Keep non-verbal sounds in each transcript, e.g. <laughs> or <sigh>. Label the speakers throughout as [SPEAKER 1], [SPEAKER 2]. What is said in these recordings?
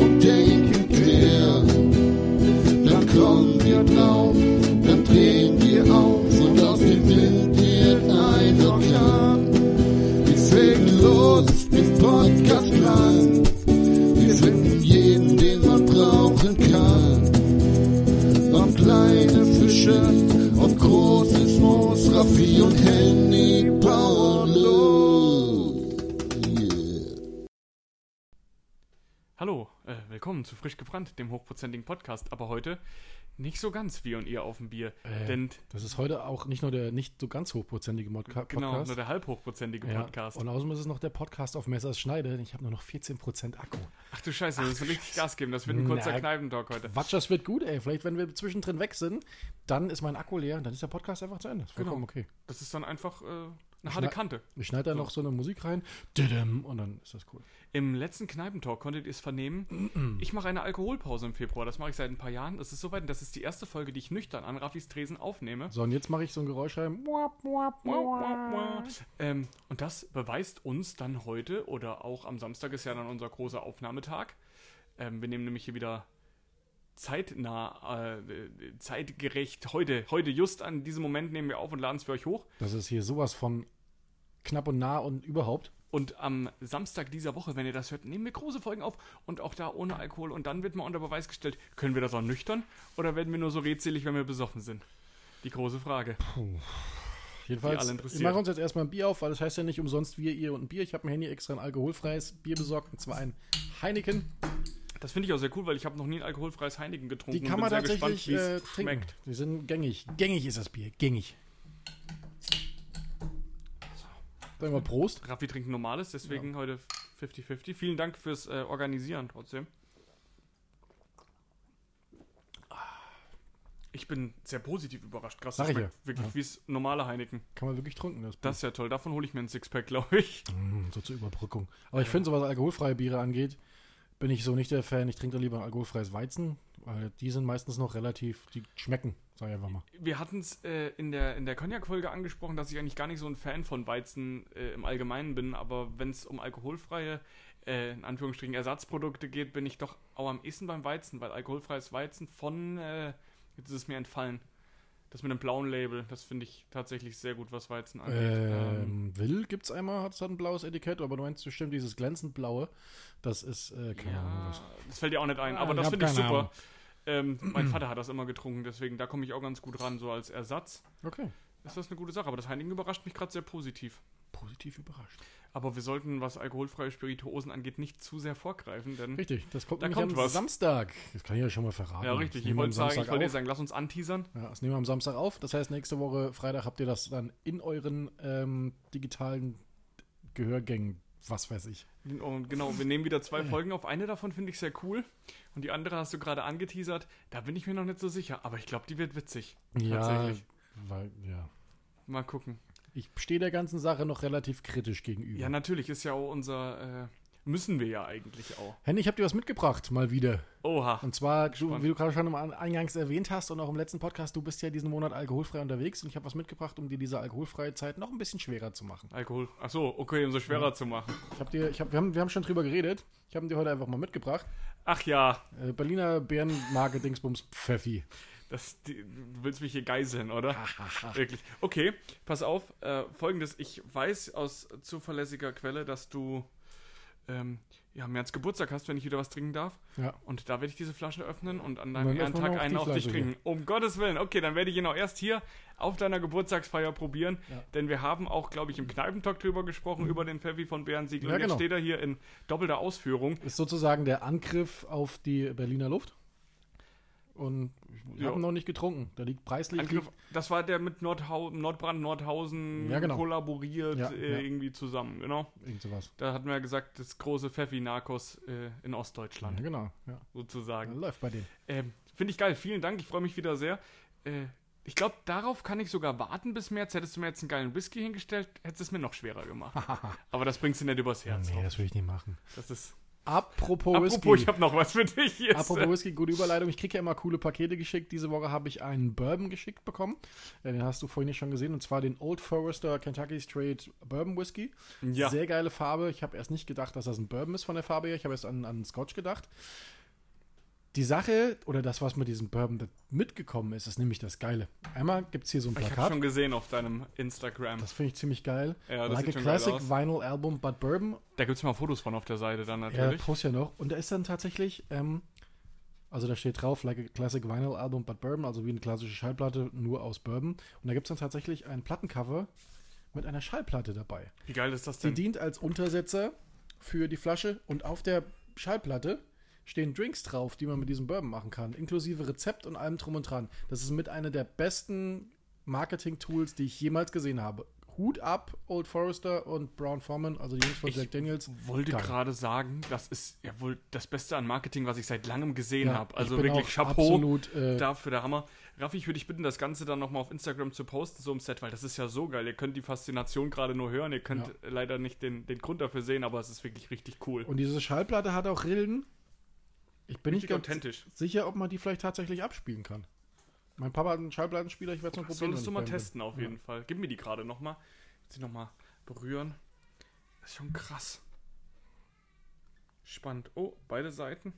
[SPEAKER 1] und denken quer. Dann kommen wir drauf, dann drehen wir auf und aus dem Wind wird ein Orkan. Wir fegen los im Podcastland. Wir finden jeden, den man brauchen kann. Ob kleine Fische, ob großes Moos, Raffi und Henny bauen los. Yeah.
[SPEAKER 2] Hallo, äh, willkommen zu Frisch gebrannt, dem hochprozentigen Podcast, aber heute nicht so ganz wir und ihr auf dem Bier,
[SPEAKER 3] Äh,
[SPEAKER 2] denn
[SPEAKER 3] Das ist heute auch nicht nur der nicht so ganz hochprozentige Modca Podcast.
[SPEAKER 2] genau, nur der halbhochprozentige Podcast.
[SPEAKER 3] Ja. Und außerdem ist es noch der Podcast auf Messers Schneide, denn ich habe nur noch 14% Akku.
[SPEAKER 2] Ach du Scheiße, wir müssen richtig Gas geben, das wird ein kurzer
[SPEAKER 3] Na,
[SPEAKER 2] Kneipentalk heute.
[SPEAKER 3] Quatsch, das wird gut, ey. Vielleicht, wenn wir zwischendrin weg sind, dann ist mein Akku leer und dann ist der Podcast einfach zu Ende. Ist vollkommen
[SPEAKER 2] Genau.
[SPEAKER 3] okay.
[SPEAKER 2] Das ist dann einfach äh, eine harte
[SPEAKER 3] Schna-
[SPEAKER 2] Kante.
[SPEAKER 3] Ich schneide da
[SPEAKER 2] So.
[SPEAKER 3] noch so eine Musik rein didim, und dann ist das cool.
[SPEAKER 2] Im letzten Kneipentalk konntet ihr es
[SPEAKER 3] <clears throat>
[SPEAKER 2] vernehmen, ich mache eine Alkoholpause im Februar, das mache ich seit ein paar Jahren. Es ist soweit, das ist die erste Folge, die ich nüchtern an Raffis Tresen aufnehme.
[SPEAKER 3] So, und jetzt mache ich so ein Geräusch rein. Muap, muap, muap.
[SPEAKER 2] Ähm, und das beweist uns dann heute oder auch am Samstag ist ja dann unser großer Aufnahmetag. Ähm, wir nehmen nämlich hier wieder zeitnah, äh, äh, zeitgerecht heute, heute just an diesem Moment nehmen wir auf und laden es für euch hoch.
[SPEAKER 3] Das ist hier sowas von knapp und nah und überhaupt.
[SPEAKER 2] Und am Samstag dieser Woche, wenn ihr das hört, nehmen wir große Folgen auf und auch da ohne Alkohol. Und dann wird mal unter Beweis gestellt, können wir das auch nüchtern oder werden wir nur so redselig, wenn wir besoffen sind? Die große Frage.
[SPEAKER 3] Jedenfalls,
[SPEAKER 2] alle
[SPEAKER 3] wir
[SPEAKER 2] interessiert.
[SPEAKER 3] machen uns jetzt erstmal ein Bier auf, weil das heißt ja nicht umsonst wir, ihr und ein Bier. Ich habe mir Handy extra ein alkoholfreies Bier besorgt, und zwar ein Heineken.
[SPEAKER 2] Das finde ich auch sehr cool, weil ich habe noch nie ein alkoholfreies Heineken getrunken.
[SPEAKER 3] Die kann
[SPEAKER 2] Bin
[SPEAKER 3] man
[SPEAKER 2] sehr
[SPEAKER 3] tatsächlich äh,
[SPEAKER 2] wie's
[SPEAKER 3] trinken. Die sind gängig. Gängig ist das Bier. Gängig. Sagen wir Prost.
[SPEAKER 2] Raffi trinkt ein normales, deswegen heute 50-50. Vielen Dank fürs äh, Organisieren trotzdem. Ah, Ich bin sehr positiv überrascht. Krass, das
[SPEAKER 3] Sag ich
[SPEAKER 2] schmeckt wirklich wie es normale Heineken.
[SPEAKER 3] Kann man wirklich trinken, das Bier.
[SPEAKER 2] Das ist ja toll. Davon hole ich mir ein Sixpack, <laughs> glaube ich.
[SPEAKER 3] Mm, so zur Überbrückung. Aber ich finde, so was alkoholfreie Biere angeht, bin ich so nicht der Fan. Ich trinke da lieber ein alkoholfreies Weizen, weil die sind meistens noch relativ, die schmecken, sag ich einfach mal.
[SPEAKER 2] Wir hatten es äh, in der, in der Cognac-Folge angesprochen, dass ich eigentlich gar nicht so ein Fan von Weizen äh, im Allgemeinen bin, aber wenn es um alkoholfreie, äh, in Anführungsstrichen Ersatzprodukte geht, bin ich doch auch am ehesten beim Weizen, weil alkoholfreies Weizen von, äh, jetzt ist es mir entfallen, das mit dem blauen Label, das finde ich tatsächlich sehr gut, was Weizen angeht. Ähm,
[SPEAKER 3] Ähm, Will gibt's einmal, hat es ein blaues Etikett, aber du meinst bestimmt dieses glänzend blaue. Das ist, äh, keine Ahnung
[SPEAKER 2] ja,
[SPEAKER 3] was.
[SPEAKER 2] Ähm, ah, das fällt dir auch nicht ein,
[SPEAKER 3] Ah,
[SPEAKER 2] aber
[SPEAKER 3] ich
[SPEAKER 2] das
[SPEAKER 3] hab
[SPEAKER 2] finde ich
[SPEAKER 3] keine Ahnung.
[SPEAKER 2] super. Ähm,
[SPEAKER 3] <clears throat>
[SPEAKER 2] mein Vater hat das immer getrunken, deswegen da komme ich auch ganz gut ran, so als Ersatz.
[SPEAKER 3] Okay.
[SPEAKER 2] Ist das eine gute Sache, aber das Heineken überrascht mich gerade sehr positiv.
[SPEAKER 3] Positiv überrascht.
[SPEAKER 2] Aber wir sollten, was alkoholfreie Spirituosen angeht, nicht zu sehr vorgreifen, denn.
[SPEAKER 3] Richtig, das kommt
[SPEAKER 2] Da
[SPEAKER 3] nämlich
[SPEAKER 2] kommt
[SPEAKER 3] am
[SPEAKER 2] was.
[SPEAKER 3] Samstag. Das kann ich ja schon mal verraten.
[SPEAKER 2] Ja,
[SPEAKER 3] Das
[SPEAKER 2] richtig. Ich
[SPEAKER 3] nehmen wir am
[SPEAKER 2] wollte sagen, ich
[SPEAKER 3] Samstag
[SPEAKER 2] wollte dir
[SPEAKER 3] auf.
[SPEAKER 2] sagen, lass uns anteasern.
[SPEAKER 3] Ja, das nehmen wir am Samstag auf. Das heißt, nächste Woche Freitag habt ihr das dann in euren ähm, digitalen Gehörgängen, was weiß ich.
[SPEAKER 2] Und genau, wir nehmen wieder
[SPEAKER 3] <laughs>
[SPEAKER 2] zwei Folgen auf. Eine davon finde ich sehr cool. Und die andere hast du gerade angeteasert. Da bin ich mir noch nicht so sicher. Aber ich glaube, die wird witzig. Tatsächlich.
[SPEAKER 3] weil, ja.
[SPEAKER 2] Mal gucken.
[SPEAKER 3] Ich stehe der ganzen Sache noch relativ kritisch gegenüber.
[SPEAKER 2] Ja,
[SPEAKER 3] Ja,
[SPEAKER 2] natürlich ist ja auch unser. Äh, müssen wir ja eigentlich auch.
[SPEAKER 3] Henny, ich habe dir was mitgebracht, mal wieder.
[SPEAKER 2] Oha.
[SPEAKER 3] Und zwar, du,
[SPEAKER 2] Spannend.
[SPEAKER 3] wie du gerade schon am An- eingangs erwähnt hast und auch im letzten Podcast, du bist ja diesen Monat alkoholfrei unterwegs und ich habe was mitgebracht, um dir diese alkoholfreie Zeit noch ein bisschen schwerer zu machen.
[SPEAKER 2] Alkohol. Ach so, okay, um so schwerer zu machen.
[SPEAKER 3] Ich hab dir, ich hab, wir, haben, wir haben schon drüber geredet. Ich habe ihn dir heute einfach mal mitgebracht.
[SPEAKER 2] Ach ja,
[SPEAKER 3] Äh, Berliner Bärenmarke Dingsbums Pfeffi.
[SPEAKER 2] das, die, du willst mich hier geiseln,
[SPEAKER 3] <laughs>
[SPEAKER 2] oder? Wirklich. Okay, pass auf. Äh, Folgendes, ich weiß aus zuverlässiger Quelle, dass du ähm, ja, im März Geburtstag hast, wenn ich wieder was trinken darf.
[SPEAKER 3] Ja.
[SPEAKER 2] Und da werde ich diese Flasche öffnen und an deinem
[SPEAKER 3] dann öffnen wir
[SPEAKER 2] Ehrentag
[SPEAKER 3] auch
[SPEAKER 2] einen
[SPEAKER 3] die
[SPEAKER 2] auf dich
[SPEAKER 3] Flasche
[SPEAKER 2] trinken. Um Gottes Willen. Okay, dann werde ich ihn auch erst hier auf deiner Geburtstagsfeier probieren.
[SPEAKER 3] Ja. Mhm.
[SPEAKER 2] Denn wir haben auch, glaube ich, im Kneipentalk drüber gesprochen, über den Pfeffi von Bärensiegel.
[SPEAKER 3] Ja,
[SPEAKER 2] und jetzt
[SPEAKER 3] genau.
[SPEAKER 2] steht er hier in doppelter Ausführung.
[SPEAKER 3] Ist sozusagen der Angriff auf die Berliner Luft. Und ich
[SPEAKER 2] Ja.
[SPEAKER 3] habe noch nicht getrunken. Da liegt preislich.
[SPEAKER 2] Angriff, das war der mit Nordhau Nordbrand Nordhausen
[SPEAKER 3] Ja, genau.
[SPEAKER 2] kollaboriert
[SPEAKER 3] Ja,
[SPEAKER 2] äh,
[SPEAKER 3] ja.
[SPEAKER 2] irgendwie zusammen, genau.
[SPEAKER 3] liegt Irgend sowas.
[SPEAKER 2] Da hatten wir ja gesagt, das große Pfeffi-Narkos äh, in
[SPEAKER 3] Ja,
[SPEAKER 2] Ostdeutschland,
[SPEAKER 3] genau. Ja.
[SPEAKER 2] sozusagen.
[SPEAKER 3] Läuft bei denen.
[SPEAKER 2] Ähm, Finde ich geil. Vielen Dank. Ich freue mich wieder sehr. Äh, ich glaube, darauf kann ich sogar warten bis März. Hättest du mir jetzt einen geilen Whisky
[SPEAKER 3] <laughs>
[SPEAKER 2] hingestellt, hättest du es mir noch schwerer gemacht. Aber das bringst du nicht übers Herz.
[SPEAKER 3] das will ich nicht machen.
[SPEAKER 2] Das ist
[SPEAKER 3] Apropos,
[SPEAKER 2] Apropos,
[SPEAKER 3] Oh, Whisky.
[SPEAKER 2] ich habe noch was für dich. Hier ist,
[SPEAKER 3] <laughs> Apropos Whisky, gute Überleitung. Ich kriege ja immer coole Pakete geschickt. Diese Woche habe ich einen Bourbon geschickt bekommen. Ja, Den hast du vorhin ja schon gesehen. Und zwar den Old Forester Kentucky Straight Bourbon Whisky.
[SPEAKER 2] äh, ja.
[SPEAKER 3] Sehr geile Farbe. Ich habe erst nicht gedacht, dass das ein Bourbon ist von der Farbe her. Ich habe erst an, an Scotch gedacht. Die Sache, oder das, was mit diesem Bourbon mitgekommen ist, ist nämlich das Geile. Einmal gibt es hier so ein
[SPEAKER 2] Ich habe
[SPEAKER 3] Plakat.
[SPEAKER 2] schon gesehen auf deinem Instagram.
[SPEAKER 3] Das finde ich ziemlich geil.
[SPEAKER 2] Ja, das
[SPEAKER 3] like
[SPEAKER 2] sieht
[SPEAKER 3] a
[SPEAKER 2] schon geil
[SPEAKER 3] classic
[SPEAKER 2] aus.
[SPEAKER 3] vinyl album, but Bourbon
[SPEAKER 2] Da gibt es mal Fotos von auf der Seite dann
[SPEAKER 3] Ja,
[SPEAKER 2] natürlich.
[SPEAKER 3] Prost ja noch. Und da ist dann tatsächlich, ähm, also da steht drauf, like a classic vinyl album, but bourbon, also wie eine klassische Schallplatte, nur aus Bourbon. Und da gibt es dann tatsächlich ein Plattencover mit einer Schallplatte dabei.
[SPEAKER 2] Wie geil ist das
[SPEAKER 3] Die
[SPEAKER 2] denn?
[SPEAKER 3] dient als Untersetzer für die Flasche und auf der Schallplatte stehen Drinks drauf, die man mit diesem Bourbon machen kann, inklusive Rezept und allem drum und dran. Das ist mit einer der besten Marketing-Tools, die ich jemals gesehen habe. Hut ab, Old Forester und Brown Foreman, also die Jungs von
[SPEAKER 2] Ich
[SPEAKER 3] Jack Daniels.
[SPEAKER 2] wollte
[SPEAKER 3] Geil.
[SPEAKER 2] gerade sagen, das ist ja wohl das Beste an Marketing, was ich seit langem gesehen
[SPEAKER 3] Ja,
[SPEAKER 2] habe.
[SPEAKER 3] ich
[SPEAKER 2] Also
[SPEAKER 3] bin
[SPEAKER 2] wirklich
[SPEAKER 3] auch
[SPEAKER 2] Chapeau
[SPEAKER 3] absolut, äh,
[SPEAKER 2] dafür, der Hammer. Raffi, ich würde dich bitten, das Ganze dann nochmal auf Instagram zu posten, so im Set, weil das ist ja so geil. Ihr könnt die Faszination gerade nur hören. Ihr könnt leider nicht den, den Grund dafür sehen, aber es ist wirklich richtig cool.
[SPEAKER 3] Und diese Schallplatte hat auch Rillen. Ich bin
[SPEAKER 2] richtig
[SPEAKER 3] nicht ganz
[SPEAKER 2] authentisch.
[SPEAKER 3] sicher, ob man die vielleicht tatsächlich abspielen kann. Mein Papa hat einen Schallplattenspieler, ich werde es mal probieren.
[SPEAKER 2] Solltest du
[SPEAKER 3] wenn
[SPEAKER 2] mal
[SPEAKER 3] ich bei ihm
[SPEAKER 2] testen, auf jeden Fall. Gib mir die gerade nochmal. Sie nochmal berühren. Das ist schon krass. Spannend. Oh, beide Seiten.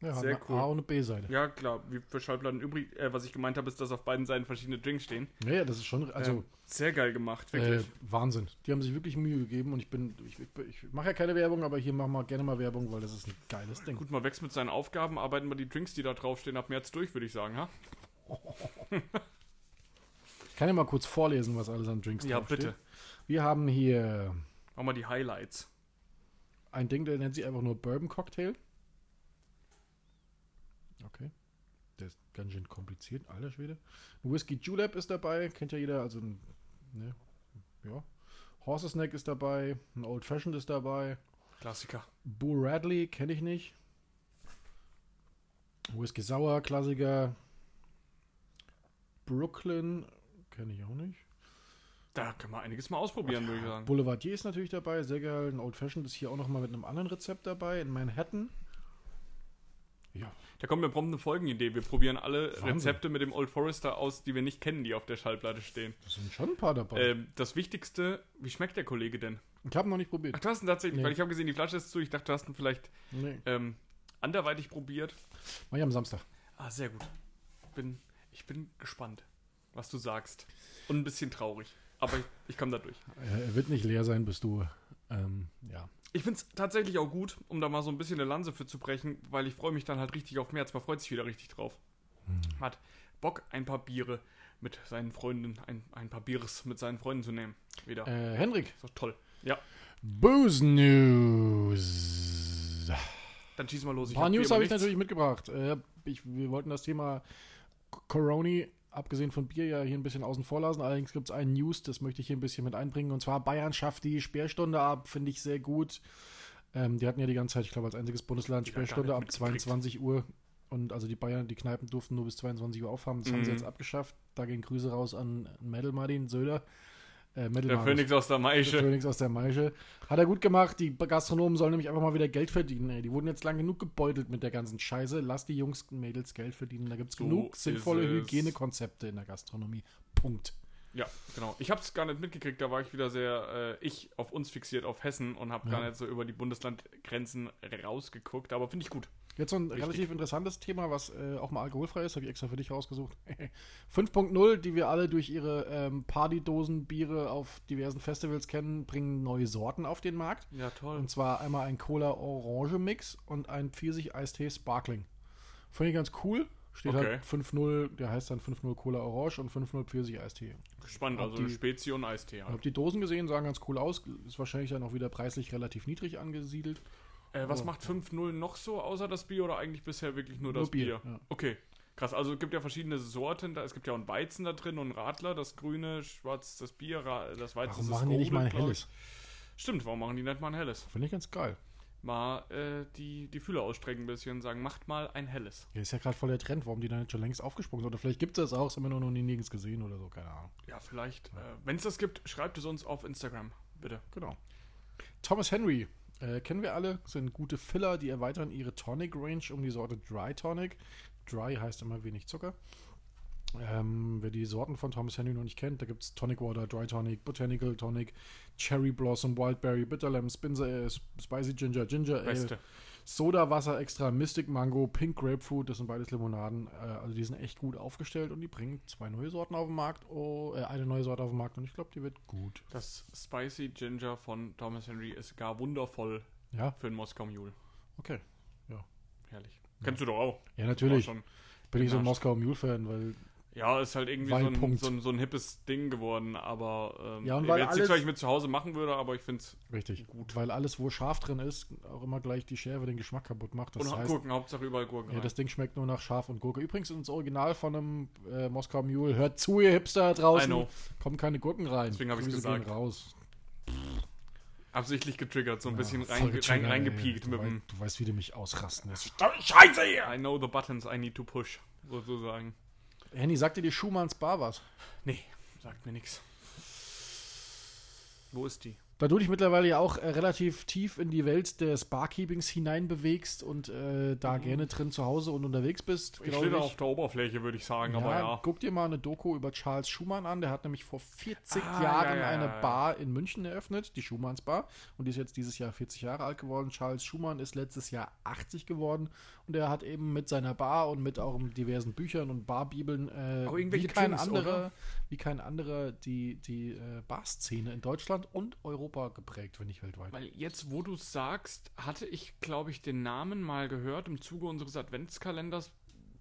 [SPEAKER 3] bin. Ja,
[SPEAKER 2] Sehr
[SPEAKER 3] Sehr eine
[SPEAKER 2] cool.
[SPEAKER 3] A und eine B-Seite.
[SPEAKER 2] Ja, klar. Wie für Schallplatten übrig. Äh, was ich gemeint habe, ist, dass auf beiden Seiten verschiedene Drinks stehen.
[SPEAKER 3] Ja. ja, das ist schon, also
[SPEAKER 2] Ähm, sehr geil gemacht,
[SPEAKER 3] äh,
[SPEAKER 2] wirklich.
[SPEAKER 3] Wahnsinn. Die haben sich wirklich Mühe gegeben und ich bin, ich, ich, ich mache ja keine Werbung, aber hier machen wir gerne mal Werbung, weil das ist ein geiles Ding.
[SPEAKER 2] Gut, man wächst mit seinen Aufgaben, arbeiten wir die Drinks, die da draufstehen, ab März durch, würde ich sagen, ha?
[SPEAKER 3] Ich kann ja mal kurz vorlesen, was alles an Drinks
[SPEAKER 2] Ja,
[SPEAKER 3] draufsteht.
[SPEAKER 2] bitte.
[SPEAKER 3] Wir haben hier
[SPEAKER 2] Machen wir die Highlights.
[SPEAKER 3] ein Ding, der nennt sich einfach nur Bourbon Cocktail. Okay. Der ist ganz schön kompliziert, alter Schwede. Ein Whisky Julep ist dabei, kennt ja jeder, also ein, ne, ja. Horse's Neck ist dabei, ein Old Fashioned ist dabei,
[SPEAKER 2] Klassiker.
[SPEAKER 3] Boo Radley kenne ich nicht. Whisky Sour, Klassiker. Brooklyn kenne ich auch nicht.
[SPEAKER 2] Da können wir einiges mal ausprobieren, würde ich sagen.
[SPEAKER 3] Boulevardier ist natürlich dabei, sehr geil. Ein Old Fashioned ist hier auch nochmal mit einem anderen Rezept dabei, in Manhattan. Ja,
[SPEAKER 2] Da kommt mir prompt eine Folgenidee. Wir probieren alle
[SPEAKER 3] Wahnsinn.
[SPEAKER 2] Rezepte mit dem Old Forester aus, die wir nicht kennen, die auf der Schallplatte stehen.
[SPEAKER 3] das sind schon ein paar dabei.
[SPEAKER 2] Ähm, das Wichtigste, wie schmeckt der Kollege denn?
[SPEAKER 3] ich habe noch nicht
[SPEAKER 2] Ach,
[SPEAKER 3] probiert.
[SPEAKER 2] du hast ihn tatsächlich,
[SPEAKER 3] Nee.
[SPEAKER 2] weil ich habe gesehen, die Flasche ist zu. Ich dachte, du hast ihn vielleicht
[SPEAKER 3] Nee.
[SPEAKER 2] ähm, anderweitig probiert.
[SPEAKER 3] Mach ich am Samstag.
[SPEAKER 2] Ah, sehr gut. Bin, ich bin gespannt, was du sagst. Und ein bisschen traurig. Aber ich, ich komme da durch.
[SPEAKER 3] Äh, er wird nicht leer sein, bis du. Ähm, ja.
[SPEAKER 2] Ich finde es tatsächlich auch gut, um da mal so ein bisschen eine Lanze für zu brechen, weil ich freue mich dann halt richtig auf März. Man freut sich wieder richtig drauf.
[SPEAKER 3] Hm.
[SPEAKER 2] Hat Bock, ein paar Biere mit seinen Freunden, ein, ein paar Bieres mit seinen Freunden zu nehmen. Wieder.
[SPEAKER 3] Äh, Henrik.
[SPEAKER 2] Ist doch toll. Ja,
[SPEAKER 3] Booze News.
[SPEAKER 2] dann schieß mal los.
[SPEAKER 3] Ein paar
[SPEAKER 2] Also hab wie
[SPEAKER 3] News
[SPEAKER 2] immer
[SPEAKER 3] habe ich
[SPEAKER 2] nichts.
[SPEAKER 3] natürlich mitgebracht. Äh, ich, wir wollten das Thema Corona, abgesehen von Bier, ja hier ein bisschen außen vor lassen. Allerdings gibt es einen News, das möchte ich hier ein bisschen mit einbringen. Und zwar Bayern schafft die Sperrstunde ab, finde ich sehr gut. Ähm, die hatten ja die ganze Zeit, ich glaube, als einziges Bundesland
[SPEAKER 2] Die hat gar
[SPEAKER 3] Sperrstunde
[SPEAKER 2] nicht
[SPEAKER 3] ab
[SPEAKER 2] mitgekriegt.
[SPEAKER 3] 22 Uhr. Und also die Bayern, die Kneipen durften nur bis 22 Uhr aufhaben. Das haben sie
[SPEAKER 2] Mhm.
[SPEAKER 3] jetzt abgeschafft. Da gehen Grüße raus an Mädel Martin Söder. Äh, Mädel
[SPEAKER 2] Der
[SPEAKER 3] Martin.
[SPEAKER 2] Phönix aus der
[SPEAKER 3] Der
[SPEAKER 2] Maische.
[SPEAKER 3] Phoenix aus der Maische. Hat er gut gemacht. Die Gastronomen sollen nämlich einfach mal wieder Geld verdienen. Ey. Die wurden jetzt lang genug gebeutelt mit der ganzen Scheiße. Lass die Jungs und Mädels Geld verdienen. Da gibt es
[SPEAKER 2] So
[SPEAKER 3] genug
[SPEAKER 2] ist
[SPEAKER 3] sinnvolle
[SPEAKER 2] es.
[SPEAKER 3] Hygienekonzepte in der Gastronomie. Punkt.
[SPEAKER 2] Ja, genau. Ich habe es gar nicht mitgekriegt, da war ich wieder sehr, äh, ich auf uns fixiert, auf Hessen und habe gar
[SPEAKER 3] Ja.
[SPEAKER 2] nicht so über die Bundeslandgrenzen rausgeguckt, aber finde ich gut.
[SPEAKER 3] Jetzt so ein relativ interessantes Thema, was äh, auch mal alkoholfrei ist. Habe ich extra für dich rausgesucht. <laughs> 5.0, die wir alle durch ihre ähm, Partydosen, Biere auf diversen Festivals kennen, bringen neue Sorten auf den Markt.
[SPEAKER 2] Ja, toll.
[SPEAKER 3] Und zwar einmal ein Cola-Orange-Mix und ein Pfirsich-Eistee-Sparkling. Finde ich ganz cool. Steht
[SPEAKER 2] Okay.
[SPEAKER 3] halt 5-0, der heißt dann 5-0 Cola-Orange und 5-0 Pfirsich-Eistee.
[SPEAKER 2] Spannend,
[SPEAKER 3] ob
[SPEAKER 2] also
[SPEAKER 3] die-
[SPEAKER 2] Spezi und Eistee.
[SPEAKER 3] Ich
[SPEAKER 2] Halt.
[SPEAKER 3] habe die Dosen gesehen, sahen ganz cool aus. Ist wahrscheinlich dann auch wieder preislich relativ niedrig angesiedelt.
[SPEAKER 2] Äh, was
[SPEAKER 3] Oh.
[SPEAKER 2] macht 5-0 noch so außer das Bier oder eigentlich bisher wirklich nur
[SPEAKER 3] Nur
[SPEAKER 2] das
[SPEAKER 3] Bier,
[SPEAKER 2] Bier?
[SPEAKER 3] ja.
[SPEAKER 2] Okay, krass. Also es gibt ja verschiedene Sorten. Da, es gibt ja auch ein Weizen da drin und einen Radler. Das grüne, schwarz, das Bier, Ra das Weizen.
[SPEAKER 3] Warum
[SPEAKER 2] ist
[SPEAKER 3] machen die nicht mal ein
[SPEAKER 2] Rodel, glaub
[SPEAKER 3] helles?
[SPEAKER 2] ich. Stimmt, warum machen die nicht mal ein helles?
[SPEAKER 3] Finde ich ganz geil.
[SPEAKER 2] Mal äh, die, die Fühler ausstrecken ein bisschen und sagen, macht mal ein helles.
[SPEAKER 3] Hier ist ja gerade voll der Trend, warum die da nicht schon längst aufgesprungen sind. Oder vielleicht gibt es das auch, das haben wir nur noch nie nirgends gesehen oder so, keine Ahnung.
[SPEAKER 2] Ja, vielleicht. Äh, Wenn es das gibt, schreibt es uns auf Instagram, bitte.
[SPEAKER 3] Genau. Thomas Henry Äh, kennen wir alle, sind gute Filler, die erweitern ihre Tonic Range um die Sorte Dry Tonic. Dry heißt immer wenig Zucker. Ähm, wer die Sorten von Thomas Henry noch nicht kennt, da gibt es Tonic Water, Dry Tonic, Botanical Tonic, Cherry Blossom, Wildberry, Bitterlamp, Spinzer, äh, Spicy Ginger, Ginger Ale,
[SPEAKER 2] Beste.
[SPEAKER 3] Sodawasser extra, Mystic Mango, Pink Grapefruit, das sind beides Limonaden. Äh, also die sind echt gut aufgestellt und die bringen zwei neue Sorten auf den Markt, oh, äh, eine neue Sorte auf den Markt und ich glaube, die wird gut.
[SPEAKER 2] Das Spicy Ginger von Thomas Henry ist gar wundervoll
[SPEAKER 3] Ja,
[SPEAKER 2] für einen Moskau Mule.
[SPEAKER 3] okay.
[SPEAKER 2] Herrlich. Kennst du doch auch.
[SPEAKER 3] Ja, natürlich.
[SPEAKER 2] Auch schon.
[SPEAKER 3] Bin ich so ein
[SPEAKER 2] Ja,
[SPEAKER 3] Moskau Mule Fan, weil
[SPEAKER 2] Ja, ist halt irgendwie so
[SPEAKER 3] Weil
[SPEAKER 2] ein,
[SPEAKER 3] Punkt.
[SPEAKER 2] so, ein, so ein hippes Ding geworden, aber ähm,
[SPEAKER 3] Ja, und
[SPEAKER 2] ich
[SPEAKER 3] weil
[SPEAKER 2] jetzt nichts,
[SPEAKER 3] alles-
[SPEAKER 2] was ich mit zu Hause machen würde, aber ich finde es
[SPEAKER 3] richtig gut, weil alles wo scharf drin ist, auch immer gleich die Schärfe den Geschmack kaputt macht. Das
[SPEAKER 2] und
[SPEAKER 3] heißt,
[SPEAKER 2] Gurken, Hauptsache überall Gurken.
[SPEAKER 3] ja,
[SPEAKER 2] rein.
[SPEAKER 3] das Ding schmeckt nur nach Schaf und Gurke. Übrigens ins Original von einem äh, Moskau Mule hört zu ihr Hipster da
[SPEAKER 2] I
[SPEAKER 3] draußen,
[SPEAKER 2] know.
[SPEAKER 3] kommen keine Gurken rein.
[SPEAKER 2] Deswegen hab ich's
[SPEAKER 3] Grüße gehen
[SPEAKER 2] gesagt.
[SPEAKER 3] raus. Ah,
[SPEAKER 2] Absichtlich getriggert, so ein bisschen
[SPEAKER 3] voll
[SPEAKER 2] reinge rein,
[SPEAKER 3] getriggert, ey.
[SPEAKER 2] reingepiekt
[SPEAKER 3] Du,
[SPEAKER 2] mit
[SPEAKER 3] wei
[SPEAKER 2] dem
[SPEAKER 3] du weißt, wie du mich ausrasten lässt.
[SPEAKER 2] Scheiße hier! I know the buttons I need to push, sozusagen.
[SPEAKER 3] Henny, sagt dir die Schumanns Bar was?
[SPEAKER 2] Nee, sagt mir nichts. Wo ist die?
[SPEAKER 3] Da du dich mittlerweile ja auch äh, relativ tief in die Welt des Barkeepings hineinbewegst und äh, da gerne drin zu Hause und unterwegs bist,
[SPEAKER 2] Mhm. Ich
[SPEAKER 3] glaub
[SPEAKER 2] stehe auf der Oberfläche, würde ich sagen, aber
[SPEAKER 3] Ja,
[SPEAKER 2] ja.
[SPEAKER 3] guck dir mal eine Doku über Charles Schumann an. Der hat nämlich vor 40
[SPEAKER 2] Ah,
[SPEAKER 3] Jahren
[SPEAKER 2] ja, ja,
[SPEAKER 3] eine
[SPEAKER 2] ja, ja.
[SPEAKER 3] Bar in München eröffnet, die Schumanns Bar. Und die ist jetzt dieses Jahr 40 Jahre alt geworden. Charles Schumann ist letztes Jahr 80 geworden. Und er hat eben mit seiner Bar und mit auch diversen Büchern und Barbibeln äh,
[SPEAKER 2] Auch
[SPEAKER 3] wie,
[SPEAKER 2] irgendwelche
[SPEAKER 3] kein
[SPEAKER 2] Drinks,
[SPEAKER 3] anderer,
[SPEAKER 2] oder?
[SPEAKER 3] wie kein anderer die, die äh, Barszene in Deutschland und Europa geprägt, wenn nicht weltweit.
[SPEAKER 2] Weil jetzt, wo du sagst, hatte ich, glaube ich, den Namen mal gehört im Zuge unseres Adventskalenders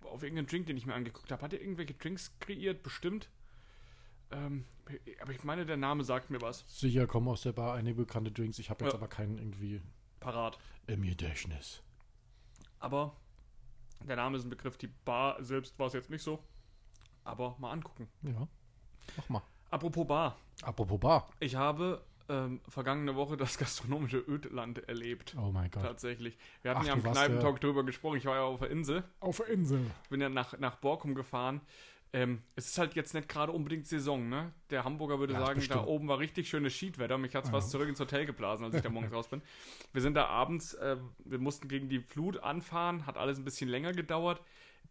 [SPEAKER 2] auf irgendeinen Drink, den ich mir angeguckt habe. Hat er irgendwelche Drinks kreiert? Bestimmt. Ähm, aber ich meine, der Name sagt mir was.
[SPEAKER 3] Sicher kommen aus der Bar einige bekannte Drinks. Ich habe jetzt
[SPEAKER 2] Ja.
[SPEAKER 3] aber keinen irgendwie
[SPEAKER 2] Parat.
[SPEAKER 3] im Gedächtnis.
[SPEAKER 2] Aber der Name ist ein Begriff. Die Bar selbst war es jetzt nicht so. Aber mal angucken.
[SPEAKER 3] Ja, mach mal.
[SPEAKER 2] Apropos Bar.
[SPEAKER 3] Apropos Bar.
[SPEAKER 2] Ich habe ähm, vergangene Woche das gastronomische Ödland erlebt.
[SPEAKER 3] Oh mein Gott.
[SPEAKER 2] Tatsächlich. Wir hatten
[SPEAKER 3] Ach,
[SPEAKER 2] ja
[SPEAKER 3] du
[SPEAKER 2] am
[SPEAKER 3] warst
[SPEAKER 2] Kneipentalk drüber gesprochen. Ich war ja auf der Insel.
[SPEAKER 3] Auf der Insel.
[SPEAKER 2] Ich bin ja nach, nach Borkum gefahren. Ähm, es ist halt jetzt nicht gerade unbedingt Saison, ne? Der Hamburger würde
[SPEAKER 3] Ja,
[SPEAKER 2] sagen,
[SPEAKER 3] bestimmt.
[SPEAKER 2] da oben war richtig schönes Schiedwetter. Mich hat es fast zurück ins Hotel geblasen, als ich da
[SPEAKER 3] <laughs>
[SPEAKER 2] morgens raus bin. Wir sind da abends, ähm, wir mussten gegen die Flut anfahren, hat alles ein bisschen länger gedauert.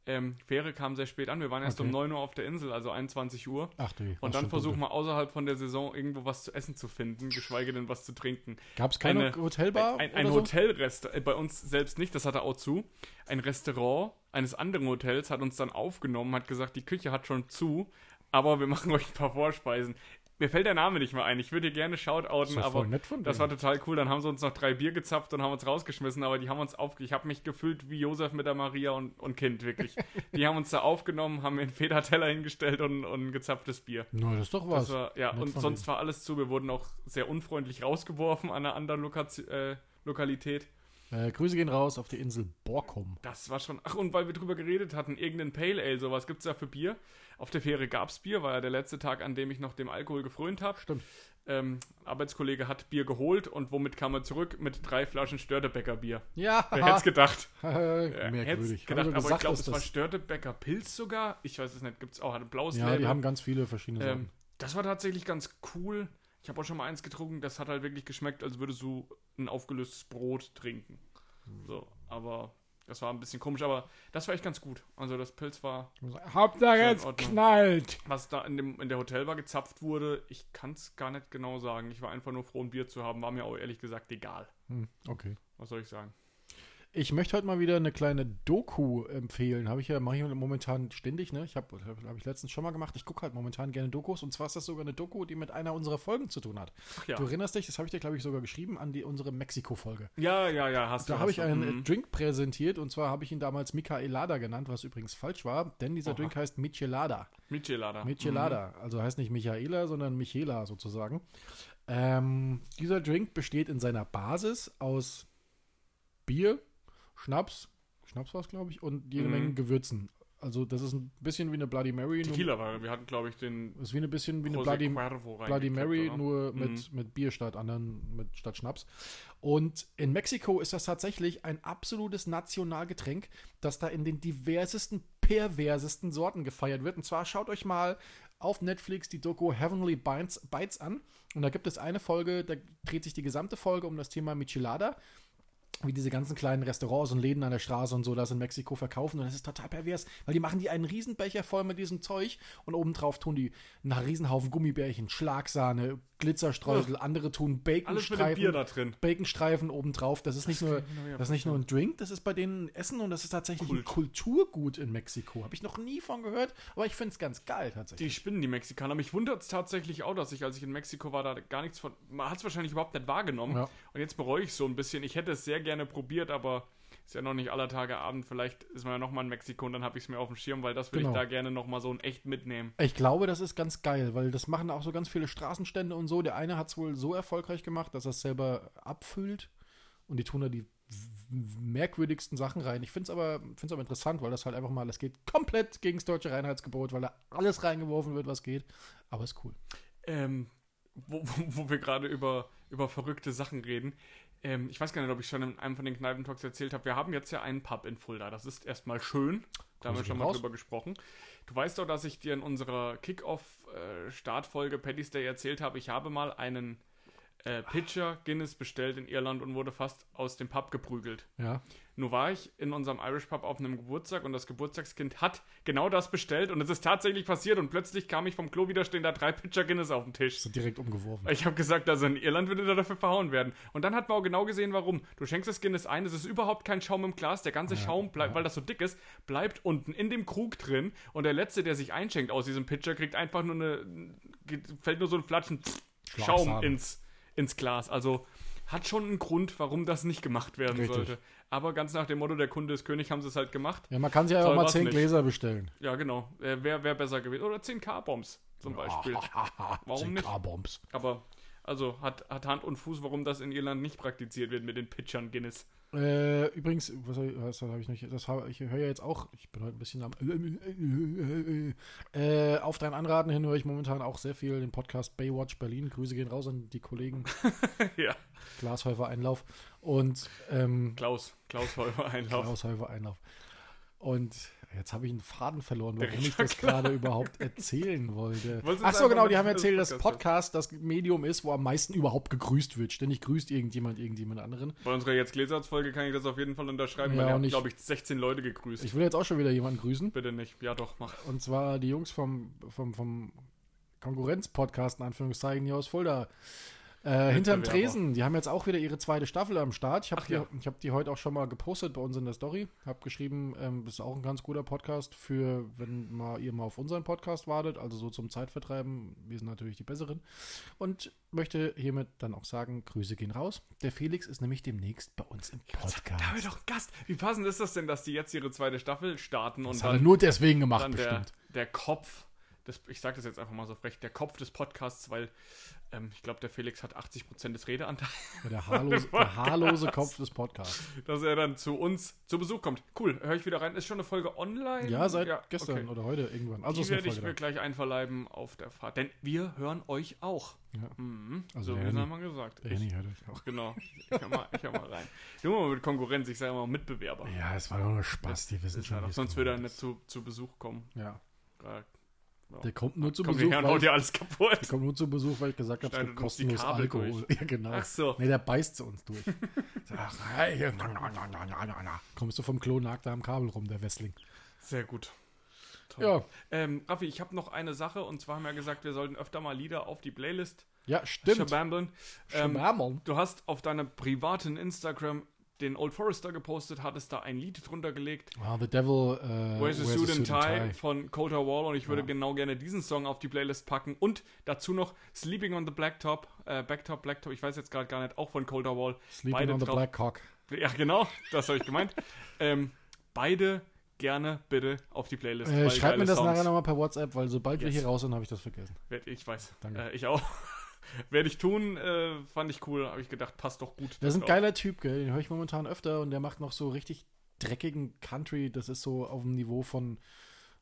[SPEAKER 2] Ähm, Fähre kam sehr spät an, wir waren erst
[SPEAKER 3] Okay.
[SPEAKER 2] um 9 Uhr auf der Insel, also 21 Uhr.
[SPEAKER 3] Ach du.
[SPEAKER 2] Und dann versuchen wir außerhalb von der Saison irgendwo was zu essen zu finden, geschweige denn was zu trinken.
[SPEAKER 3] Gab es keine
[SPEAKER 2] eine-
[SPEAKER 3] Hotelbar?
[SPEAKER 2] Ein, ein
[SPEAKER 3] oder
[SPEAKER 2] Hotelrest, äh, bei uns selbst nicht, das hatte auch zu. Ein Restaurant eines anderen Hotels hat uns dann aufgenommen, hat gesagt, die Küche hat schon zu, aber wir <laughs> machen euch ein paar Vorspeisen. Mir fällt der Name nicht mehr ein. Ich würde dir gerne shoutouten,
[SPEAKER 3] Das war
[SPEAKER 2] aber
[SPEAKER 3] voll nett von
[SPEAKER 2] das
[SPEAKER 3] denen.
[SPEAKER 2] war total cool. Dann haben sie uns noch drei Bier gezapft und haben uns rausgeschmissen, aber die haben uns aufge... Ich habe mich gefühlt wie Josef mit der Maria und, und Kind,
[SPEAKER 3] <laughs>
[SPEAKER 2] wirklich. die haben uns da aufgenommen, haben mir einen Federteller hingestellt und, und ein gezapftes Bier.
[SPEAKER 3] So? Na, das ist doch was.
[SPEAKER 2] Das war, ja,
[SPEAKER 3] Nett
[SPEAKER 2] und
[SPEAKER 3] von
[SPEAKER 2] sonst war alles zu. Wir wurden auch sehr unfreundlich rausgeworfen an einer anderen Lokaz äh, Lokalität.
[SPEAKER 3] äh, Grüße gehen raus auf die Insel Borkum.
[SPEAKER 2] Das war schon. Ach, und weil wir drüber geredet hatten, irgendein Pale Ale, sowas gibt's da für Bier. Auf der Fähre gab's Bier, war ja der letzte Tag, an dem ich noch dem Alkohol gefrönt habe.
[SPEAKER 3] Stimmt.
[SPEAKER 2] Ähm, Arbeitskollege hat Bier geholt und womit kam er zurück? Mit drei Flaschen Störtebäcker Bier.
[SPEAKER 3] Ja,
[SPEAKER 2] <laughs> Wer
[SPEAKER 3] <laughs>
[SPEAKER 2] hätte gedacht? Wer hätt's
[SPEAKER 3] Äh, merkwürdig.
[SPEAKER 2] gedacht?
[SPEAKER 3] Also, Haben sie
[SPEAKER 2] Aber ich
[SPEAKER 3] gesagt,
[SPEAKER 2] glaube,
[SPEAKER 3] dass
[SPEAKER 2] es war
[SPEAKER 3] das,
[SPEAKER 2] Störtebäcker Pilz sogar. Ich weiß es nicht. Gibt's auch. Hat ein blaues
[SPEAKER 3] ja, die haben ganz viele verschiedene Sorten.
[SPEAKER 2] Ähm, das war tatsächlich ganz cool. Ich habe auch schon mal eins getrunken, das hat halt wirklich geschmeckt, als würdest du ein aufgelöstes Brot trinken.
[SPEAKER 3] Hm.
[SPEAKER 2] So, aber das war ein bisschen komisch, aber das war echt ganz gut. Also das Pilz war,
[SPEAKER 3] Hauptsache
[SPEAKER 2] in jetzt Ordnung.
[SPEAKER 3] knallt.
[SPEAKER 2] was da in, dem, in der Hotelbar gezapft wurde, ich kann es gar nicht genau sagen. Ich war einfach nur froh, ein Bier zu haben, war mir auch ehrlich gesagt egal.
[SPEAKER 3] Hm, okay.
[SPEAKER 2] Was soll ich sagen?
[SPEAKER 3] Ich möchte heute mal wieder eine kleine Doku empfehlen. Habe ich ja mache ich momentan ständig, ne? Ich habe habe ich letztens schon mal gemacht. Ich gucke halt momentan gerne Dokus und zwar ist das sogar eine Doku, die mit einer unserer Folgen zu tun hat.
[SPEAKER 2] Ach ja.
[SPEAKER 3] Du erinnerst dich, das habe ich dir glaube ich sogar geschrieben an die unsere Mexiko Folge.
[SPEAKER 2] Ja, ja, ja, hast du.
[SPEAKER 3] Da
[SPEAKER 2] hast
[SPEAKER 3] habe ich
[SPEAKER 2] du.
[SPEAKER 3] einen äh,
[SPEAKER 2] Mhm.
[SPEAKER 3] Drink präsentiert und zwar habe ich ihn damals Michaelada genannt, was übrigens falsch war, denn dieser Drink heißt Michelada.
[SPEAKER 2] Michelada. Mhm.
[SPEAKER 3] Michelada, also heißt nicht Michaela, sondern Michela sozusagen. Ähm, dieser Drink besteht in seiner Basis aus Bier, Schnaps, Schnaps war es glaube ich, und jede
[SPEAKER 2] Mhm.
[SPEAKER 3] Menge Gewürzen. Also das ist ein bisschen wie eine Bloody Mary. nur-
[SPEAKER 2] Tequila war, wir hatten, glaube ich, den
[SPEAKER 3] Ist wie eine bisschen wie eine
[SPEAKER 2] José
[SPEAKER 3] Bloody,
[SPEAKER 2] Cuervo
[SPEAKER 3] Bloody
[SPEAKER 2] reingekippt,
[SPEAKER 3] Mary
[SPEAKER 2] oder? Mhm.
[SPEAKER 3] nur mit, mit Bier statt anderen, mit, statt Schnaps. Und in Mexiko ist das tatsächlich ein absolutes Nationalgetränk, das da in den diversesten, perversesten Sorten gefeiert wird. Und zwar schaut euch mal auf Netflix die Doku Heavenly Bites, Bites an. Und da gibt es eine Folge, da dreht sich die gesamte Folge um das Thema Michelada. Wie diese ganzen kleinen Restaurants und Läden an der Straße und so das in Mexiko verkaufen. Und das ist total pervers, weil die machen die einen Riesenbecher voll mit diesem Zeug und obendrauf tun die einen Riesenhaufen Gummibärchen, Schlagsahne, Glitzerstreusel, andere tun
[SPEAKER 2] Alles mit dem Bier
[SPEAKER 3] Baconstreifen.
[SPEAKER 2] da drin.
[SPEAKER 3] Baconstreifen obendrauf. Das ist nicht, nur,
[SPEAKER 2] kann ich mir ja
[SPEAKER 3] das ist nicht nur ein Drink, das ist bei denen Essen und das ist tatsächlich ein
[SPEAKER 2] Kult.
[SPEAKER 3] Kulturgut in Mexiko. Habe ich noch nie von gehört, aber ich finde es ganz geil tatsächlich.
[SPEAKER 2] Die spinnen, die Mexikaner. Mich wundert es tatsächlich auch, dass ich, als ich in Mexiko war, da gar nichts von. Man hat es wahrscheinlich überhaupt nicht wahrgenommen.
[SPEAKER 3] Ja.
[SPEAKER 2] Und jetzt bereue ich so ein bisschen. Ich hätte es sehr gerne probiert, aber ist ja noch nicht aller Tage Abend. Vielleicht ist man ja nochmal in Mexiko und dann habe ich es mir auf dem Schirm, weil das will
[SPEAKER 3] Genau.
[SPEAKER 2] ich da gerne nochmal so in echt mitnehmen.
[SPEAKER 3] Ich glaube, das ist ganz geil, weil das machen auch so ganz viele Straßenstände und so. Der eine hat es wohl so erfolgreich gemacht, dass er es selber abfüllt und die tun da die w- w- merkwürdigsten Sachen rein. Ich finde es aber, find's aber interessant, weil das halt einfach mal, das geht komplett gegen das deutsche Reinheitsgebot, weil da alles reingeworfen wird, was geht. Aber ist cool.
[SPEAKER 2] Ähm, wo, wo, wo wir gerade über, über verrückte Sachen reden. Ähm, ich weiß gar nicht, ob ich schon in einem von den Kneipentalks erzählt habe. Wir haben jetzt ja einen Pub in Fulda. Das ist erstmal schön. Da haben wir
[SPEAKER 3] Grüße
[SPEAKER 2] schon
[SPEAKER 3] gehen
[SPEAKER 2] mal
[SPEAKER 3] raus.
[SPEAKER 2] drüber gesprochen. Du weißt doch, dass ich dir in unserer Kick-Off-Startfolge Paddy's Day erzählt habe, ich habe mal einen äh, Pitcher Guinness bestellt in Irland und wurde fast aus dem Pub geprügelt.
[SPEAKER 3] Ja.
[SPEAKER 2] Nur war ich in unserem Irish Pub auf einem Geburtstag und das Geburtstagskind hat genau das bestellt und es ist tatsächlich passiert und plötzlich kam ich vom Klo wieder stehen, da drei Pitcher Guinness auf dem Tisch.
[SPEAKER 3] So direkt umgeworfen.
[SPEAKER 2] Ich habe gesagt, also in Irland würde er dafür verhauen werden. Und dann hat man auch genau gesehen, warum. Du schenkst das Guinness ein, es ist überhaupt kein Schaum im Glas. Der ganze Schaum bleibt, weil das so dick ist, bleibt unten in dem Krug drin. Und der Letzte, der sich einschenkt aus diesem Pitcher, kriegt einfach nur eine. geht- fällt nur so ein Flatschen Schaum
[SPEAKER 3] Schlagsahne.
[SPEAKER 2] ins, ins Glas. Also hat schon einen Grund, warum das nicht gemacht werden
[SPEAKER 3] Richtig.
[SPEAKER 2] sollte. Aber ganz nach dem Motto, der Kunde ist König, haben sie es halt gemacht.
[SPEAKER 3] Ja, man kann sich ja
[SPEAKER 2] Soll
[SPEAKER 3] auch mal
[SPEAKER 2] was
[SPEAKER 3] zehn
[SPEAKER 2] nicht.
[SPEAKER 3] Gläser bestellen.
[SPEAKER 2] Ja, genau. Äh, Wäre wär besser gewesen. Oder 10 K-Bombs zum
[SPEAKER 3] <laughs>
[SPEAKER 2] Beispiel. Warum
[SPEAKER 3] Zehn
[SPEAKER 2] nicht?
[SPEAKER 3] K-Bombs.
[SPEAKER 2] Aber, also hat, hat Hand und Fuß, warum das in Irland nicht praktiziert wird mit den Pitchern Guinness.
[SPEAKER 3] Äh, übrigens, was, hab ich- was habe ich nicht? Das habe ich höre ja jetzt auch. Ich bin heute ein bisschen am. Äh, auf dein Anraten hin höre ich momentan auch sehr viel den Podcast Baywatch Berlin. Grüße gehen raus an
[SPEAKER 2] <laughs>
[SPEAKER 3] die Kollegen
[SPEAKER 2] ja.
[SPEAKER 3] Glashäufer Einlauf und ähm,
[SPEAKER 2] Klaus, Klaus Häufer Einlauf.
[SPEAKER 3] Glashäufer Einlauf. Und jetzt habe ich einen Faden verloren, warum
[SPEAKER 2] Ja,
[SPEAKER 3] ich
[SPEAKER 2] <laughs>
[SPEAKER 3] das gerade überhaupt erzählen wollte.
[SPEAKER 2] Wolltest du
[SPEAKER 3] Ach so,
[SPEAKER 2] sagen,
[SPEAKER 3] genau, die
[SPEAKER 2] warum
[SPEAKER 3] haben
[SPEAKER 2] das
[SPEAKER 3] erzählt, dass
[SPEAKER 2] Podcast
[SPEAKER 3] Podcast das Medium ist, wo am meisten überhaupt gegrüßt wird. Ständig grüßt irgendjemand irgendjemand anderen.
[SPEAKER 2] Bei unserer jetzt Gläserfolge kann ich das auf jeden Fall unterschreiben,
[SPEAKER 3] Ja,
[SPEAKER 2] weil wir
[SPEAKER 3] und
[SPEAKER 2] haben,
[SPEAKER 3] ich-
[SPEAKER 2] glaube ich, 16 Leute gegrüßt.
[SPEAKER 3] Ich will jetzt auch schon wieder jemanden grüßen.
[SPEAKER 2] Bitte nicht. Ja, doch, mach.
[SPEAKER 3] Und zwar die Jungs vom, vom, vom Konkurrenz-Podcast, in Anführungszeichen, hier aus Fulda. Äh, hinterm
[SPEAKER 2] Wettbewerber.
[SPEAKER 3] Tresen, die haben jetzt auch wieder ihre zweite Staffel am Start. Ich habe
[SPEAKER 2] Ach
[SPEAKER 3] die,
[SPEAKER 2] ja.
[SPEAKER 3] ich hab die heute auch schon mal gepostet bei uns in der Story. Habe geschrieben, ähm, das ist auch ein ganz guter Podcast für, wenn mal ihr mal auf unseren Podcast wartet, also so zum Zeitvertreiben. Wir sind natürlich die Besseren. Und möchte hiermit dann auch sagen, Grüße gehen raus. Der Felix ist nämlich demnächst bei uns im
[SPEAKER 2] Da haben
[SPEAKER 3] Podcast.
[SPEAKER 2] wir doch einen Gast. Wie passend ist das denn, dass die jetzt ihre zweite Staffel starten und
[SPEAKER 3] Das hat er
[SPEAKER 2] dann,
[SPEAKER 3] nur deswegen gemacht,
[SPEAKER 2] dann der, <laughs>
[SPEAKER 3] bestimmt.
[SPEAKER 2] der Kopf, des, ich sage das jetzt einfach mal so frech, der Kopf des Podcasts, weil ähm, ich glaube, der Felix hat 80% des Redeanteils. <laughs>
[SPEAKER 3] Der, haarlose, der haarlose Kopf des Podcasts.
[SPEAKER 2] dass er dann zu uns zu Besuch kommt. Cool, höre ich wieder rein. Ist schon eine Folge online?
[SPEAKER 3] Ja, seit
[SPEAKER 2] okay.
[SPEAKER 3] gestern oder heute irgendwann. Also ist
[SPEAKER 2] Die
[SPEAKER 3] eine
[SPEAKER 2] werde ich
[SPEAKER 3] Folge
[SPEAKER 2] mir
[SPEAKER 3] da.
[SPEAKER 2] gleich einverleiben auf der Fahrt. Denn wir hören euch auch.
[SPEAKER 3] Ja.
[SPEAKER 2] Mhm. Also
[SPEAKER 3] Also
[SPEAKER 2] so
[SPEAKER 3] der
[SPEAKER 2] wie
[SPEAKER 3] Henny.
[SPEAKER 2] haben wir gesagt.
[SPEAKER 3] Der Henny hört euch auch.
[SPEAKER 2] Genau. Ich hör mal, ich hör mal rein. Du mal mit Konkurrenz, ich sage mal Mitbewerber.
[SPEAKER 3] Ja, es war doch nur Spaß, die wissen
[SPEAKER 2] Ist ja
[SPEAKER 3] schon.
[SPEAKER 2] doch,
[SPEAKER 3] wie's
[SPEAKER 2] sonst
[SPEAKER 3] geht.
[SPEAKER 2] würde er nicht zu, zu Besuch kommen.
[SPEAKER 3] Ja,
[SPEAKER 2] Äh,
[SPEAKER 3] der kommt nur zu
[SPEAKER 2] Kommt
[SPEAKER 3] Besuch,
[SPEAKER 2] her und haut
[SPEAKER 3] weil,
[SPEAKER 2] dir alles
[SPEAKER 3] <laughs>
[SPEAKER 2] kaputt.
[SPEAKER 3] kommt nur zu Besuch, weil ich gesagt habe, es
[SPEAKER 2] Schneidet
[SPEAKER 3] gibt
[SPEAKER 2] uns die
[SPEAKER 3] kostenlos
[SPEAKER 2] Kabel
[SPEAKER 3] Alkohol. <laughs> Ja, genau.
[SPEAKER 2] Ach so.
[SPEAKER 3] Nee, der beißt zu uns <laughs> durch. Ach, hey, na, na, na, na, na, na, na. Kommst du vom Klo nackt da am Kabel rum, der Wessling.
[SPEAKER 2] Sehr gut. Toll.
[SPEAKER 3] Ja.
[SPEAKER 2] Ähm, Raffi, ich habe noch eine Sache und zwar haben wir gesagt, wir sollten öfter mal Lieder auf die Playlist
[SPEAKER 3] Ja, stimmt.
[SPEAKER 2] schabambeln. Ähm,
[SPEAKER 3] Schwärmern.
[SPEAKER 2] Du hast auf deiner privaten Instagram den Old Forester gepostet, hattest da ein Lied drunter gelegt.
[SPEAKER 3] Ah, The Devil, äh,
[SPEAKER 2] Where's the Suit and Tie
[SPEAKER 3] Tie?
[SPEAKER 2] von Colter Wall und ich würde genau gerne diesen Song auf die Playlist packen und dazu noch Sleeping on the Blacktop, äh, Backtop, Blacktop, ich weiß jetzt gerade gar nicht, auch von Colter Wall.
[SPEAKER 3] Sleeping on the
[SPEAKER 2] drauf.
[SPEAKER 3] Black Cock.
[SPEAKER 2] Ja, genau, das habe ich
[SPEAKER 3] <laughs>
[SPEAKER 2] gemeint. ähm, beide gerne bitte auf die Playlist.
[SPEAKER 3] Äh,
[SPEAKER 2] weil
[SPEAKER 3] schreib
[SPEAKER 2] geile
[SPEAKER 3] mir das
[SPEAKER 2] Songs.
[SPEAKER 3] nachher nochmal per WhatsApp, weil sobald wir
[SPEAKER 2] Yes.
[SPEAKER 3] hier raus sind, habe ich das vergessen.
[SPEAKER 2] Werd- Ich weiß,
[SPEAKER 3] Danke.
[SPEAKER 2] Äh, ich auch. <laughs> Werde ich tun, äh, fand ich cool, habe ich gedacht, passt doch gut. Äh,
[SPEAKER 3] Das ist ein
[SPEAKER 2] drauf.
[SPEAKER 3] geiler Typ, gell? Den höre ich momentan öfter und der macht noch so richtig dreckigen Country. Das ist so auf dem Niveau von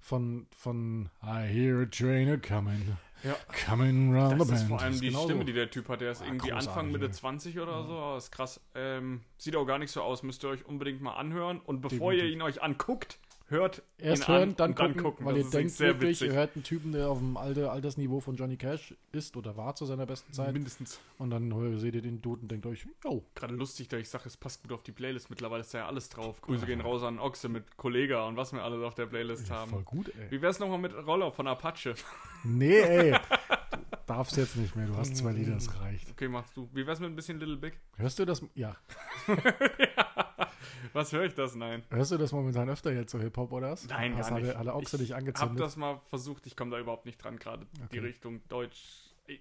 [SPEAKER 3] von von I hear a train a coming,
[SPEAKER 2] Ja.
[SPEAKER 3] coming round
[SPEAKER 2] Das
[SPEAKER 3] the bend.
[SPEAKER 2] ist vor allem
[SPEAKER 3] Das ist
[SPEAKER 2] die
[SPEAKER 3] genauso.
[SPEAKER 2] Stimme, die der Typ hat. Der ist
[SPEAKER 3] Ah,
[SPEAKER 2] irgendwie
[SPEAKER 3] großartig,
[SPEAKER 2] Anfang, Mitte
[SPEAKER 3] ey.
[SPEAKER 2] 20 oder so. Oh, Aber ist krass. Ähm, sieht auch gar nicht so aus. Müsst ihr euch unbedingt mal anhören. Und bevor ihr
[SPEAKER 3] Definitiv.
[SPEAKER 2] ihn euch anguckt, hört,
[SPEAKER 3] Erst
[SPEAKER 2] ihn
[SPEAKER 3] hören,
[SPEAKER 2] an
[SPEAKER 3] dann
[SPEAKER 2] und
[SPEAKER 3] gucken, weil
[SPEAKER 2] Das
[SPEAKER 3] ihr
[SPEAKER 2] ist
[SPEAKER 3] denkt
[SPEAKER 2] sehr
[SPEAKER 3] wirklich,
[SPEAKER 2] witzig.
[SPEAKER 3] ihr hört einen Typen, der auf dem alte Altersniveau von Johnny Cash ist oder war zu seiner besten Zeit.
[SPEAKER 2] Mindestens.
[SPEAKER 3] Und dann hör- seht ihr den Dude und denkt euch, yo,
[SPEAKER 2] Gerade lustig, da ich sage, es passt gut auf die Playlist. Mittlerweile ist da ja alles drauf. Grüße gehen raus an Ochse mit Kollega und was wir alles auf der Playlist haben.
[SPEAKER 3] voll gut, ey.
[SPEAKER 2] Wie wär's nochmal mit Roller von Apache? <laughs>
[SPEAKER 3] Nee, ey. Du darfst jetzt nicht mehr, du hast zwei Lieder, das reicht.
[SPEAKER 2] Okay, machst du. Wie wär's mit ein bisschen Little Big?
[SPEAKER 3] Hörst du das? Ja.
[SPEAKER 2] Was höre ich das? Nein.
[SPEAKER 3] Hörst du das momentan öfter jetzt so Hip-Hop oder was?
[SPEAKER 2] Nein,
[SPEAKER 3] Hast
[SPEAKER 2] gar nicht.
[SPEAKER 3] Alle, alle Ochse dich
[SPEAKER 2] Hab
[SPEAKER 3] angezündet.
[SPEAKER 2] das mal versucht, ich komme da überhaupt nicht dran, gerade die Richtung Deutsch.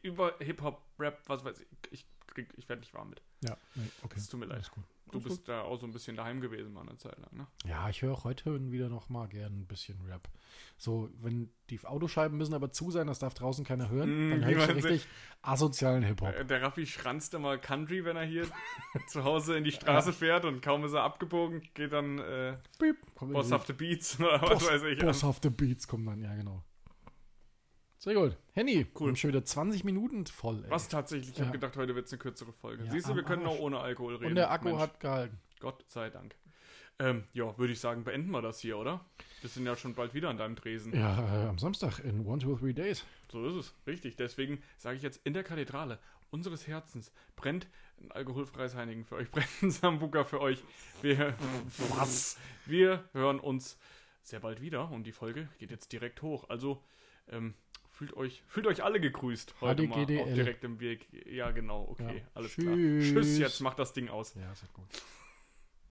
[SPEAKER 2] Über Hip-Hop, Rap, was weiß ich. Ich, krieg- ich werde nicht warm mit.
[SPEAKER 3] ja, nee, okay.
[SPEAKER 2] Es tut mir leid.
[SPEAKER 3] Alles gut.
[SPEAKER 2] Du bist da auch so ein bisschen daheim gewesen mal eine Zeit lang, ne?
[SPEAKER 3] Ja, ich höre auch heute wieder noch mal gern ein bisschen Rap. So, wenn die Autoscheiben müssen aber zu sein, das darf draußen keiner hören,
[SPEAKER 2] Mm,
[SPEAKER 3] dann höre ich
[SPEAKER 2] niemand
[SPEAKER 3] richtig asozialen Hip-Hop.
[SPEAKER 2] Äh, Der Raffi schranzt immer Country, wenn er
[SPEAKER 3] <laughs>
[SPEAKER 2] hier zu Hause in die Straße fährt und kaum ist er abgebogen, geht dann äh,
[SPEAKER 3] Piep, kommt irgendwie-
[SPEAKER 2] boshafte Beats oder was
[SPEAKER 3] Boss,
[SPEAKER 2] weiß ich. an.
[SPEAKER 3] Boshafte Beats kommen dann, ja genau. Sehr gut. Henny,
[SPEAKER 2] Cool.
[SPEAKER 3] wir haben schon wieder 20 Minuten voll. Ey.
[SPEAKER 2] Was tatsächlich, ich
[SPEAKER 3] Ja.
[SPEAKER 2] habe gedacht, heute wird es eine kürzere Folge.
[SPEAKER 3] Ja,
[SPEAKER 2] Siehst du, wir
[SPEAKER 3] am
[SPEAKER 2] können
[SPEAKER 3] Arsch.
[SPEAKER 2] auch ohne Alkohol reden.
[SPEAKER 3] Und der Akku
[SPEAKER 2] Mensch,
[SPEAKER 3] hat gehalten.
[SPEAKER 2] Gott sei Dank. Ähm, ja, würde ich sagen, beenden wir das hier, oder? Wir sind ja schon bald wieder an deinem Tresen.
[SPEAKER 3] Ja, äh, am Samstag in One, Two, Three Days.
[SPEAKER 2] So ist es, richtig. Deswegen sage ich jetzt in der Kathedrale unseres Herzens brennt ein alkoholfreies Heinigen für euch, <laughs> brennt ein Sambuka für euch.
[SPEAKER 3] <laughs>
[SPEAKER 2] Wir, was? Wir hören uns sehr bald wieder und die Folge geht jetzt direkt hoch. Also ähm, fühlt euch, fühlt euch alle gegrüßt heute mal auf
[SPEAKER 3] HDGDL.
[SPEAKER 2] direktem Weg. Ja, genau, okay,
[SPEAKER 3] Ja.
[SPEAKER 2] alles
[SPEAKER 3] Tschüss.
[SPEAKER 2] klar. Tschüss, jetzt macht das Ding aus.
[SPEAKER 3] Ja, ist halt gut.